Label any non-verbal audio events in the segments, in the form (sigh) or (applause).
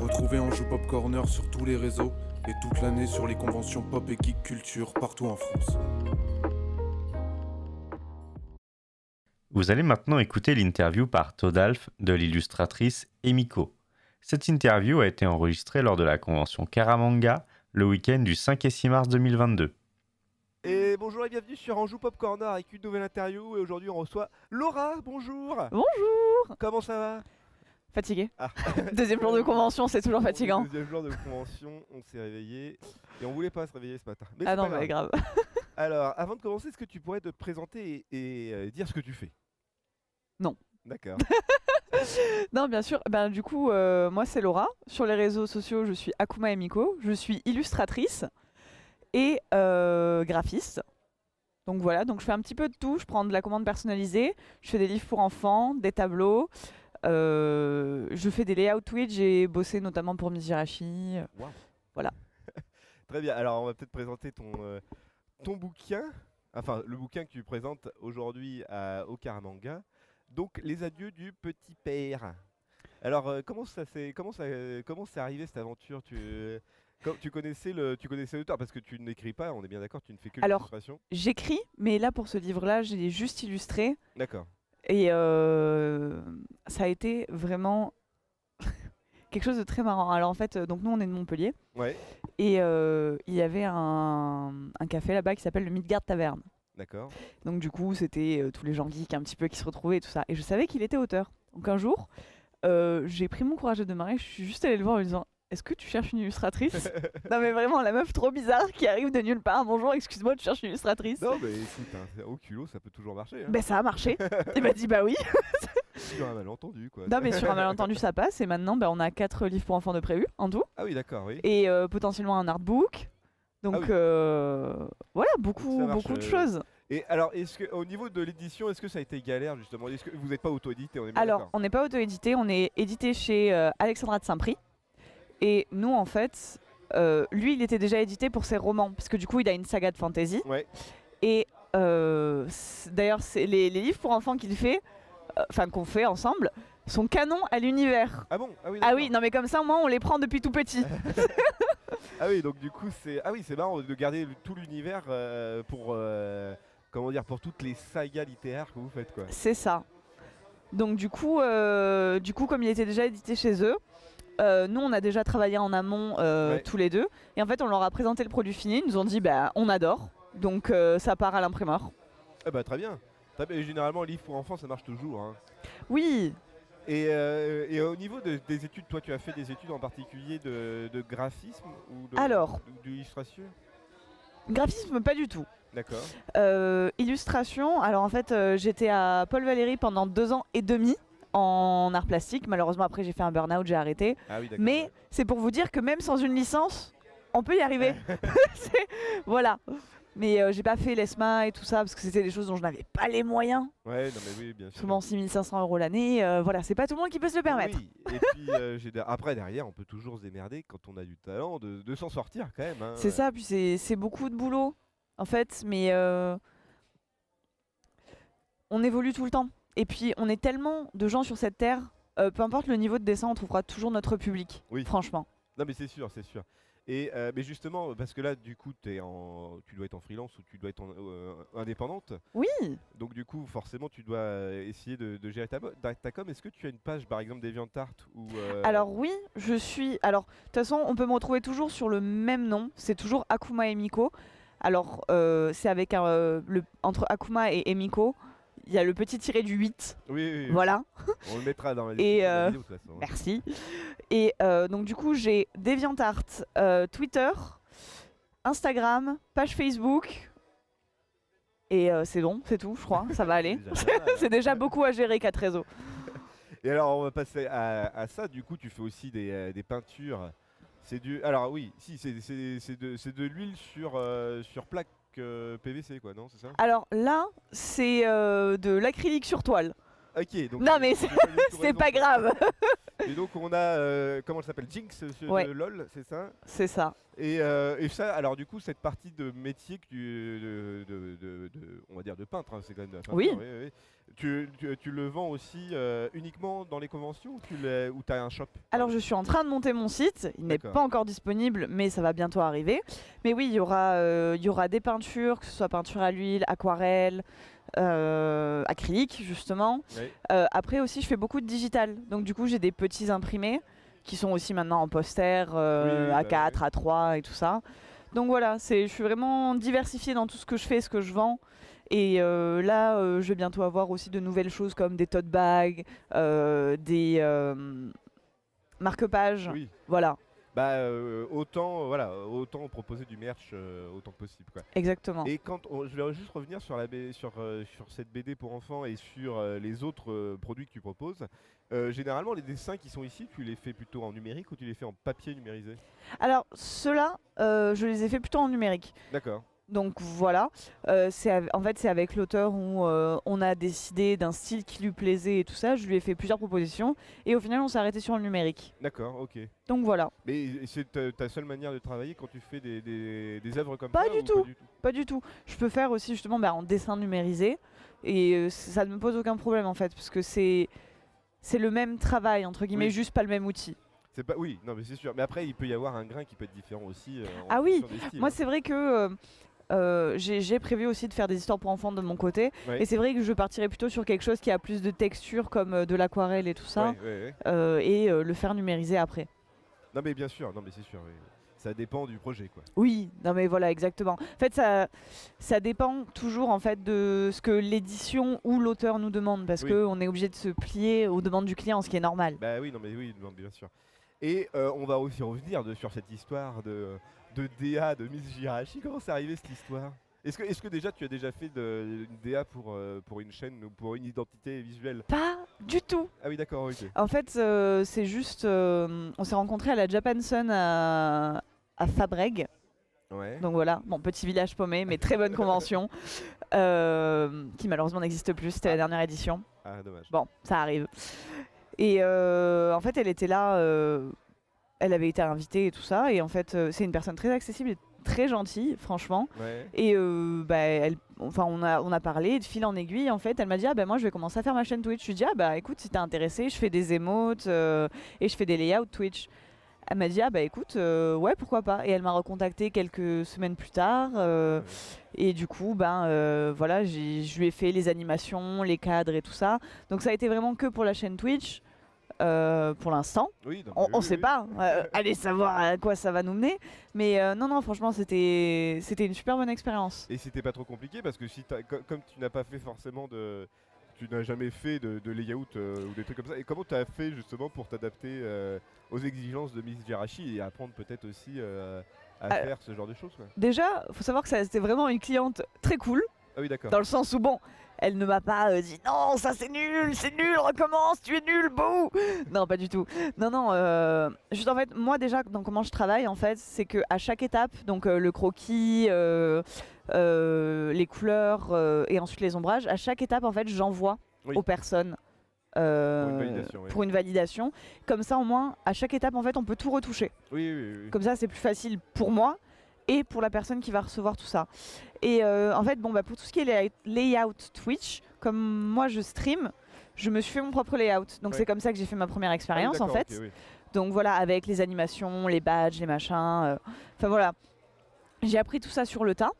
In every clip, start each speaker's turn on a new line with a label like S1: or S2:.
S1: Retrouvez Anjou Pop Corner sur tous les réseaux et toute l'année sur les conventions pop et geek culture partout en France.
S2: Vous allez maintenant écouter l'interview par Todalf de l'illustratrice Emiko. Cette interview a été enregistrée lors de la convention Karamanga le week-end du 5 et 6 mars 2022.
S3: Et bonjour et bienvenue sur Anjou Pop Corner avec une nouvelle interview et aujourd'hui on reçoit Laura, bonjour
S4: Bonjour
S3: Comment ça va
S4: Fatigué.
S3: Ah.
S4: (laughs)
S3: Oh,
S4: Deuxième jour de convention, c'est toujours fatigant.
S3: Deuxième jour de convention, on s'est réveillé et on voulait pas se réveiller ce matin. Mais
S4: Ah
S3: c'est
S4: non,
S3: pas
S4: mais
S3: grave.
S4: grave. (laughs)
S3: Alors, avant de commencer, est-ce que tu pourrais te présenter et, et, euh, dire ce que tu fais
S4: Non.
S3: D'accord.
S4: Non, bien sûr. Ben, du coup, euh, moi, c'est Laura. Sur les réseaux sociaux, je suis Akuma Emiko. Je suis illustratrice et euh, graphiste. Donc voilà, donc je fais un petit peu de tout. Je prends de la commande personnalisée, je fais des livres pour enfants, des tableaux. euh, je fais des layouts Twitch, j'ai bossé notamment pour Mizirashi.
S3: Très bien. Alors, on va peut-être présenter ton, euh, ton bouquin, enfin, le bouquin que tu présentes aujourd'hui à Okaramanga. Donc, Les adieux du petit père. Alors, euh, comment ça s'est comment ça, comment c'est arrivé cette aventure tu, euh, com- tu connaissais le tu connaissais l'auteur parce que tu n'écris pas, on est bien d'accord, tu ne fais que
S4: Alors-
S3: l'illustration.
S4: J'écris, mais là pour ce livre-là, j'ai juste illustré.
S3: D'accord.
S4: Et euh, ça a été vraiment (laughs) quelque chose de très marrant. Alors en fait, euh, donc nous on est de Montpellier
S3: Ouais,
S4: et euh, il y avait un, un café là-bas qui s'appelle le Midgard Taverne. (laughs)
S3: d'accord.
S4: Donc du coup, c'était euh, tous les gens geeks un petit peu qui se retrouvaient et tout ça. Et je savais qu'il était auteur. Donc un jour, euh, j'ai pris mon courage à deux mains et je suis juste allée le voir en lui disant Est-ce que tu cherches une illustratrice Non mais vraiment, la meuf trop bizarre qui arrive de nulle part. Bonjour, excuse-moi, tu cherches une illustratrice
S3: Non, mais écoute, hein, c'est- au culot, ça peut toujours marcher. Hein.
S4: Ben ça a marché. Il m'a dit Bah oui.
S3: Sur un malentendu, quoi.
S4: Non, mais sur un malentendu, ça passe. Et maintenant, ben, on a 4 livres pour enfants de prévu, en tout.
S3: Ah oui, d'accord, oui.
S4: Et euh, potentiellement un artbook. Donc,
S3: Ah oui.
S4: euh, voilà, beaucoup,
S3: Ça marche,
S4: beaucoup de
S3: euh,
S4: choses.
S3: Et alors, est-ce que au niveau de l'édition, est-ce que ça a été galère justement Est-ce que vous n'êtes pas auto-édité On est bien
S4: Alors,
S3: d'accord.
S4: on n'est pas auto-édité, on est édité chez euh, Alexandra de Saint-Prix. Et nous, en fait, euh, lui, il était déjà édité pour ses romans, parce que du coup, il a une saga de fantasy.
S3: Ouais.
S4: Et euh, c'est- d'ailleurs, c'est les, les livres pour enfants qu'il fait, euh, enfin qu'on fait ensemble, sont canons à l'univers.
S3: Ah bon Ah oui.
S4: Ah
S3: d'accord.
S4: oui, non mais comme ça, au moins, on les prend depuis tout petit.
S3: Ah oui, donc du coup, c'est ah oui, c'est marrant de garder le- tout l'univers euh, pour euh, comment dire pour toutes les sagas littéraires que vous faites quoi.
S4: C'est ça. Donc du coup, euh, du coup, comme il était déjà édité chez eux, euh, nous on a déjà travaillé en amont euh,
S3: Ouais.
S4: tous les deux. Et en fait, on leur a présenté le produit fini. Ils nous ont dit, bah, on adore. Donc euh, ça part à l'imprimeur.
S3: Ah bah très bien. Très bien. Et Généralement, livre pour enfants, ça marche toujours. hein.
S4: Oui.
S3: Et, euh, et au niveau de- des études, toi, tu as fait des études en particulier de, de graphisme ou de-
S4: Alors.
S3: ou d'illustration
S4: Graphisme, pas du tout.
S3: D'accord.
S4: Euh, illustration. Alors en fait, euh, j'étais à Paul Valéry pendant deux ans et demi en art plastique. Malheureusement, après, j'ai fait un burn-out, j'ai arrêté.
S3: Ah oui, d'accord.
S4: Mais
S3: ouais.
S4: c'est pour vous dire que même sans une licence, on peut y arriver. (laughs) C'est- voilà. Mais euh, j'ai pas fait l'ESMA et tout ça parce que c'était des choses dont je n'avais pas les moyens.
S3: Ouais, non mais oui, bien sûr.
S4: Souvent 6500 euros l'année, euh, voilà, c'est pas tout le monde qui peut se le permettre.
S3: Oui, et puis euh, j'ai de- après derrière, on peut toujours se démerder quand on a du talent de, de s'en sortir quand même. hein,
S4: C'est
S3: ouais.
S4: ça, puis c'est c'est beaucoup de boulot en fait, mais euh, on évolue tout le temps. Et puis on est tellement de gens sur cette terre, euh, peu importe le niveau de dessin, on trouvera toujours notre public,
S3: Oui.
S4: franchement.
S3: Non mais c'est sûr, c'est sûr. Et euh, mais justement, parce que là, du coup, es en, tu dois être en freelance ou tu dois être en- euh, indépendante.
S4: Oui,
S3: Donc du coup, forcément, tu dois euh, essayer de, de gérer ta, bo- ta, ta com. Est-ce que tu as une page, par exemple, DeviantArt ou euh,
S4: Alors oui, je suis. Alors de toute façon, on peut me retrouver toujours sur le même nom. C'est toujours Akuma et Miko. Alors euh, c'est avec un, euh, le entre Akuma et Emiko, il y a le petit tiré du 8.
S3: Oui, oui, oui,
S4: Voilà.
S3: on le mettra dans la description de
S4: Et,
S3: la
S4: euh,
S3: vidéo, de toute façon, hein.
S4: Merci. Et euh, donc du coup, j'ai DeviantArt, euh, Twitter, Instagram, page Facebook. Et euh, c'est bon, c'est tout, je crois. Ça va aller.
S3: (laughs) C'est déjà pas mal, hein.
S4: C'est déjà beaucoup à gérer quatre réseaux.
S3: Et alors, on va passer à, à ça. Du coup, tu fais aussi des, euh, des peintures. C'est du. Alors, oui, si, c'est c'est- c'est de, c'est de l'huile sur, euh, sur plaque euh, PVC, quoi, non C'est ça
S4: Alors là, c'est euh, de l'acrylique sur toile.
S3: Ok, donc.
S4: Non, mais c'est-
S3: j'ai lu tout
S4: (laughs) C'est
S3: raison.
S4: pas grave,
S3: Et donc, on a. euh, comment elle s'appelle Jinx sur
S4: Ouais.
S3: euh, LOL, c'est ça
S4: c'est ça.
S3: et, euh, et ça, alors du coup, cette partie de métier que tu, de, de- de- de- on va dire de peintre, hein, c'est quand même de la peinture,
S4: Oui.
S3: oui. Tu, tu- tu le vends aussi euh, uniquement dans les conventions ou tu l'as- ou t'as un shop
S4: Alors je suis en train de monter mon site, il n'est
S3: D'accord.
S4: pas encore disponible, mais ça va bientôt arriver. Mais oui, il y aura, euh, il y aura des peintures, que ce soit peinture à l'huile, aquarelle, euh, acrylique justement.
S3: Ouais.
S4: Euh, après aussi, je fais beaucoup de digital, donc du coup j'ai des petits imprimés qui sont aussi maintenant en poster euh,
S3: Oui, oui, bah
S4: A4, A3 et tout ça. Donc voilà, c'est, je suis vraiment diversifiée dans tout ce que je fais, ce que je vends. Et euh, là, euh, je vais bientôt avoir aussi de nouvelles choses comme des tote bags, euh, des euh, marque-pages.
S3: Oui.
S4: Voilà,
S3: Bah euh, autant, euh, voilà, autant proposer du merch euh, autant que possible. Quoi.
S4: exactement.
S3: Et quand on- je vais juste revenir sur la B- sur euh, sur cette BD pour enfants et sur euh, les autres euh, produits que tu proposes. euh, généralement, les dessins qui sont ici, tu les fais plutôt en numérique ou tu les fais en papier numérisé
S4: Alors, ceux-là, euh, je les ai fait plutôt en numérique.
S3: D'accord.
S4: Donc voilà, Euh, c'est av- en fait c'est avec l'auteur où euh, on a décidé d'un style qui lui plaisait et tout ça. Je lui ai fait plusieurs propositions et au final on s'est arrêté sur le numérique.
S3: D'accord. Ok.
S4: Donc voilà,
S3: Mais c'est ta, ta seule manière de travailler quand tu fais des, des, des œuvres comme
S4: Pas
S3: ça
S4: du
S3: ou
S4: tout. pas du tout. Je peux faire aussi justement bah, en dessin numérisé et euh, c- ça ne me pose aucun problème en fait parce que c'est c'est le même travail entre guillemets,
S3: Oui.
S4: juste pas le même outil.
S3: C'est pas oui, non mais c'est sûr. Mais après, il peut y avoir un grain qui peut être différent aussi. euh, en
S4: Ah oui,
S3: fonction des styles,
S4: Moi,
S3: hein.
S4: c'est vrai que euh, euh, j'ai j'ai prévu aussi de faire des histoires pour enfants de mon côté.
S3: Ouais.
S4: Et c'est vrai que je partirais plutôt sur quelque chose qui a plus de texture, comme euh, de l'aquarelle et tout ça,
S3: Ouais, ouais, ouais.
S4: euh, et euh, le faire numériser après.
S3: Non mais bien sûr, non mais c'est sûr. oui. Ça dépend du projet quoi.
S4: Oui, non mais voilà, exactement. En fait, ça, ça dépend toujours en fait de ce que l'édition ou l'auteur nous demande, parce
S3: Oui.
S4: que qu'on est obligé de se plier aux demandes du client, ce qui est normal.
S3: Bah oui, non mais oui, non, bien sûr. Et euh, on va aussi revenir de- sur cette histoire de, de DA de Miss Jirachi. Comment c'est arrivé cette histoire Est-ce que, est que déjà tu as déjà fait de, une DA pour, euh, pour une chaîne ou pour une identité visuelle
S4: Pas du tout.
S3: Ah oui d'accord, ok.
S4: En fait, euh, c'est juste, euh, on s'est rencontrés à la Japan Sun à, à Fabreg.
S3: Ouais.
S4: Donc voilà, bon, petit village paumé, mais très bonne convention, euh, qui malheureusement n'existe plus, c'était la dernière édition.
S3: Ah dommage.
S4: Bon, ça arrive. Et euh, en fait, elle était là, euh, elle avait été invitée et tout ça, et en fait, euh, c'est une personne très accessible et très gentille, franchement.
S3: Ouais.
S4: Et euh, bah, elle, enfin, on a, on a parlé de fil en aiguille. En fait, elle m'a dit ah bah moi je vais commencer à faire ma chaîne Twitch. Je lui ai dit ah bah écoute si t'es intéressé, je fais des émotes euh, et je fais des layouts Twitch. Elle m'a dit ah bah écoute euh, ouais pourquoi pas. Et elle m'a recontacté quelques semaines plus tard. euh,
S3: Ouais.
S4: Et du coup ben euh, voilà j'ai- je lui ai fait les animations, les cadres et tout ça. Donc ça a été vraiment que pour la chaîne Twitch. euh, pour l'instant,
S3: Oui, non,
S4: on,
S3: mais
S4: on
S3: oui,
S4: sait
S3: oui.
S4: pas.
S3: (laughs)
S4: euh, allez savoir à quoi ça va nous mener. Mais euh, non, non, franchement, c'était c'était une super bonne expérience.
S3: Et c'était pas trop compliqué parce que si t'as- co- comme tu n'as pas fait forcément de. Tu n'as jamais fait de, de layout euh, ou des trucs comme ça. Et comment tu as fait justement pour t'adapter euh, aux exigences de Miss Jirachi et apprendre peut-être aussi euh, à
S4: Euh,
S3: faire ce genre de choses quoi.
S4: Déjà, faut savoir que ça- c'était vraiment une cliente très cool,
S3: Ah oui, d'accord.
S4: dans le sens où, bon, elle ne m'a pas euh, dit non, ça c'est nul, c'est nul, recommence, tu es nul, bouh (laughs) Non, pas du tout. Non, non, euh, juste en fait, moi déjà, dans comment je travaille, en fait, c'est que à chaque étape, donc euh, le croquis, euh, euh, les couleurs euh, et ensuite les ombrages, à chaque étape, en fait, j'envoie
S3: Oui.
S4: aux personnes. euh,
S3: Pour une validation, oui.
S4: pour une validation. Comme ça, au moins, à chaque étape, en fait, on peut tout retoucher.
S3: Oui, oui, oui. Ah oui.
S4: Comme ça, c'est plus facile pour moi et pour la personne qui va recevoir tout ça. Et euh, en fait, bon, bah, pour tout ce qui est lay- layout Twitch, comme moi je stream, je me suis fait mon propre layout. Donc
S3: Ouais.
S4: c'est comme ça que j'ai fait ma première
S3: Ah oui,
S4: expérience en
S3: d'accord,
S4: fait.
S3: ok, oui.
S4: Donc voilà, avec les animations, les badges, les machins. euh, Enfin voilà, j'ai appris tout ça sur le tas.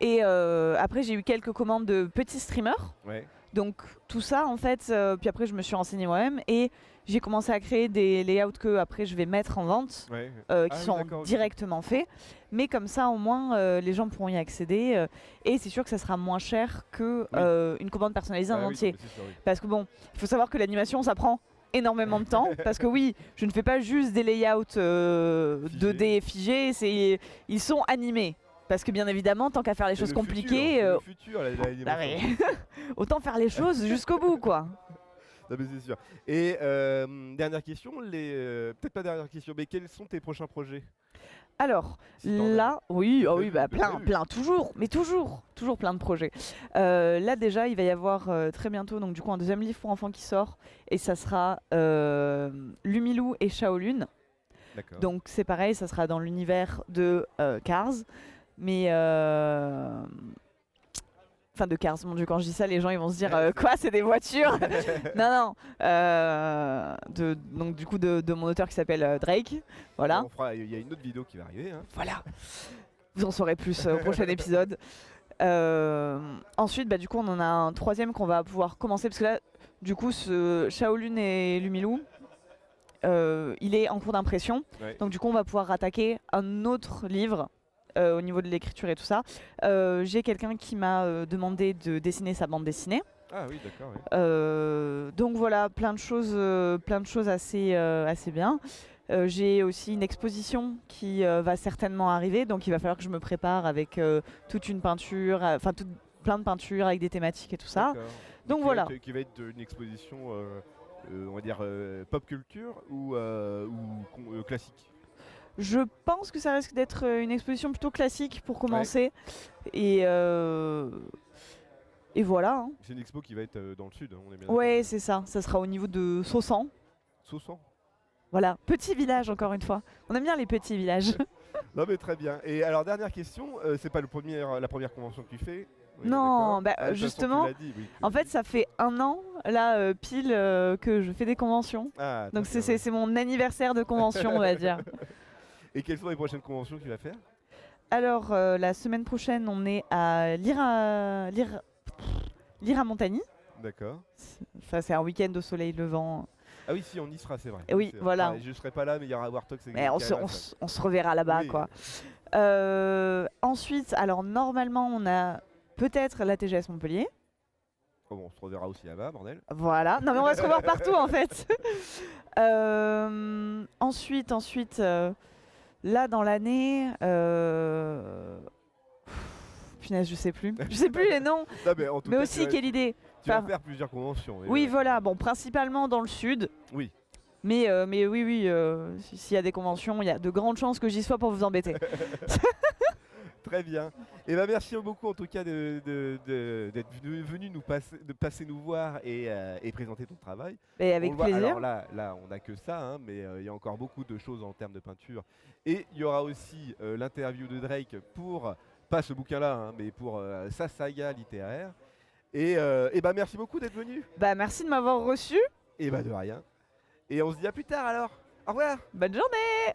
S4: Et euh, après, j'ai eu quelques commandes de petits streamers.
S3: Ouais.
S4: Donc tout ça en fait, euh, puis après je me suis renseignée moi-même et j'ai commencé à créer des layouts que après je vais mettre en vente
S3: ouais.
S4: euh,
S3: Ah
S4: qui
S3: oui,
S4: sont
S3: d'accord, ok.
S4: directement faits. Mais comme ça, au moins, euh, les gens pourront y accéder. euh, et c'est sûr que ça sera moins cher que
S3: Oui.
S4: euh, une commande personnalisée
S3: Ah
S4: en
S3: oui, non,
S4: entier.
S3: mais c'est sûr, oui.
S4: Parce que bon, il faut savoir que l'animation, ça prend énormément de temps. parce que oui, je ne fais pas juste des layouts euh,
S3: Figés.
S4: 2D figés. c'est- Ils sont animés. Parce que bien évidemment, tant qu'à faire les
S3: C'est
S4: choses
S3: le futur,
S4: compliquées,
S3: c'est
S4: euh,
S3: le futur, la- la
S4: bah
S3: animation.
S4: ouais. autant faire les choses jusqu'au bout, quoi.
S3: Non, mais c'est sûr. Et euh, dernière question, les euh, peut-être pas dernière question, mais quels sont tes prochains projets
S4: Alors,
S3: si t'en as.
S4: là, oui, ah
S3: De-
S4: oui, bah,
S3: de
S4: plein,
S3: (laughs) prévu.
S4: plein, toujours, mais toujours, toujours plein de projets. Euh, là déjà, il va y avoir euh, très bientôt, donc du coup, un deuxième livre pour enfants qui sort, et ça sera euh, Lumilou et Shaolun.
S3: D'accord.
S4: Donc c'est pareil, ça sera dans l'univers de euh, Cars, mais euh, enfin de Cars. Mon Dieu, quand je dis ça, les gens ils vont se dire
S3: Ouais,
S4: euh,
S3: c'est-
S4: quoi, c'est des voitures
S3: (laughs)
S4: (laughs) Non, non. euh, de, donc du coup de, de mon auteur qui s'appelle euh, Drake, voilà.
S3: On fera- Il y a une autre vidéo qui va arriver. hein.
S4: Voilà. Vous en saurez plus euh, au prochain épisode. Euh, ensuite, bah, du coup, on en a un troisième qu'on va pouvoir commencer parce que là, du coup, ce Shaolun et Lumilou, euh, il est en cours d'impression.
S3: Ouais.
S4: Donc, du coup, on va pouvoir attaquer un autre livre euh, au niveau de l'écriture et tout ça. Euh, J'ai quelqu'un qui m'a euh, demandé de dessiner sa bande dessinée.
S3: Ah oui, d'accord. ouais.
S4: Euh, donc voilà, plein de choses, euh, plein de choses assez, euh, assez bien. Euh, J'ai aussi une exposition qui euh, va certainement arriver, donc il va falloir que je me prépare avec euh, toute une peinture, euh, enfin tout- plein de peintures avec des thématiques et tout ça.
S3: D'accord.
S4: Donc
S3: qui
S4: voilà.
S3: Va être, qui va être une exposition, euh, euh, on va dire, euh, pop culture ou, euh, ou con- euh, classique
S4: Je pense que ça risque d'être euh, une exposition plutôt classique pour commencer, et euh, et voilà. hein.
S3: C'est une expo qui va être euh, dans le sud, hein, on est bien
S4: Ouais, c'est ça. Ça sera au niveau de Saussan.
S3: Soussan
S4: Voilà, petit village encore une fois. On aime bien les petits villages.
S3: Non mais très bien. Et alors dernière question, euh, c'est pas le premier, la première convention que tu fais Oui,
S4: (laughs) Non,
S3: d'accord.
S4: bah,
S3: Ah, de toute façon, tu
S4: justement,
S3: l'as dit, oui, tu-
S4: En fait, ça fait un an, là, euh, pile, euh, que je fais des conventions.
S3: Ah,
S4: Donc,
S3: très
S4: c'est
S3: bien,
S4: c'est- c'est mon anniversaire de convention, on va dire.
S3: (laughs) ouais. Et quelles sont les prochaines conventions que tu vas faire
S4: Alors, euh, la semaine prochaine, on est à Lira, Lira, Lira Montagny.
S3: D'accord.
S4: Ça, c'est un week-end au soleil levant.
S3: Ah oui, si on y sera, c'est vrai.
S4: Eh oui,
S3: C'est-
S4: voilà.
S3: enfin, je serai pas là, mais il y aura Wartox. et
S4: Mais on
S3: Gaël
S4: se,
S3: Carré,
S4: on
S3: ça.
S4: se- on se reverra là-bas,
S3: Oui.
S4: quoi. Euh, ensuite, alors, normalement, on a peut-être la TGS Montpellier.
S3: Oh, bon, on se reverra aussi là-bas, bordel.
S4: Voilà. Non, mais on va se revoir partout en fait. (laughs) Euh, ensuite, ensuite, euh, là dans l'année, euh... pff, punaise, je sais plus. Je sais plus les noms,
S3: Non, mais en (laughs) tout
S4: mais
S3: cas,
S4: aussi
S3: tu vas,
S4: quelle idée.
S3: tu vas
S4: enfin-
S3: faire plusieurs conventions. et
S4: Oui,
S3: ouais.
S4: voilà. Bon, principalement dans le sud.
S3: Oui.
S4: Mais, euh, mais oui, oui, euh, si- s'il y a des conventions, il y a de grandes chances que j'y sois pour
S3: (laughs)
S4: vous embêter.
S3: Très bien. Et ben merci beaucoup en tout cas de- de- de- d'être venu, venu nous passer, de passer nous voir et, euh, et présenter ton travail.
S4: Mais
S3: On
S4: avec
S3: le voit-
S4: plaisir.
S3: bah, Alors là, là, on n'a que ça, hein, mais euh, il y a encore beaucoup de choses en termes de peinture. Et il y aura aussi euh, l'interview de Drake pour, pas ce bouquin-là, hein, mais pour euh, sa saga littéraire. Et, euh, eh ben, merci beaucoup d'être venu.
S4: Bah, merci de m'avoir reçu.
S3: Et bah de rien. Et on se dit à plus tard alors. Au revoir.
S4: Bonne journée.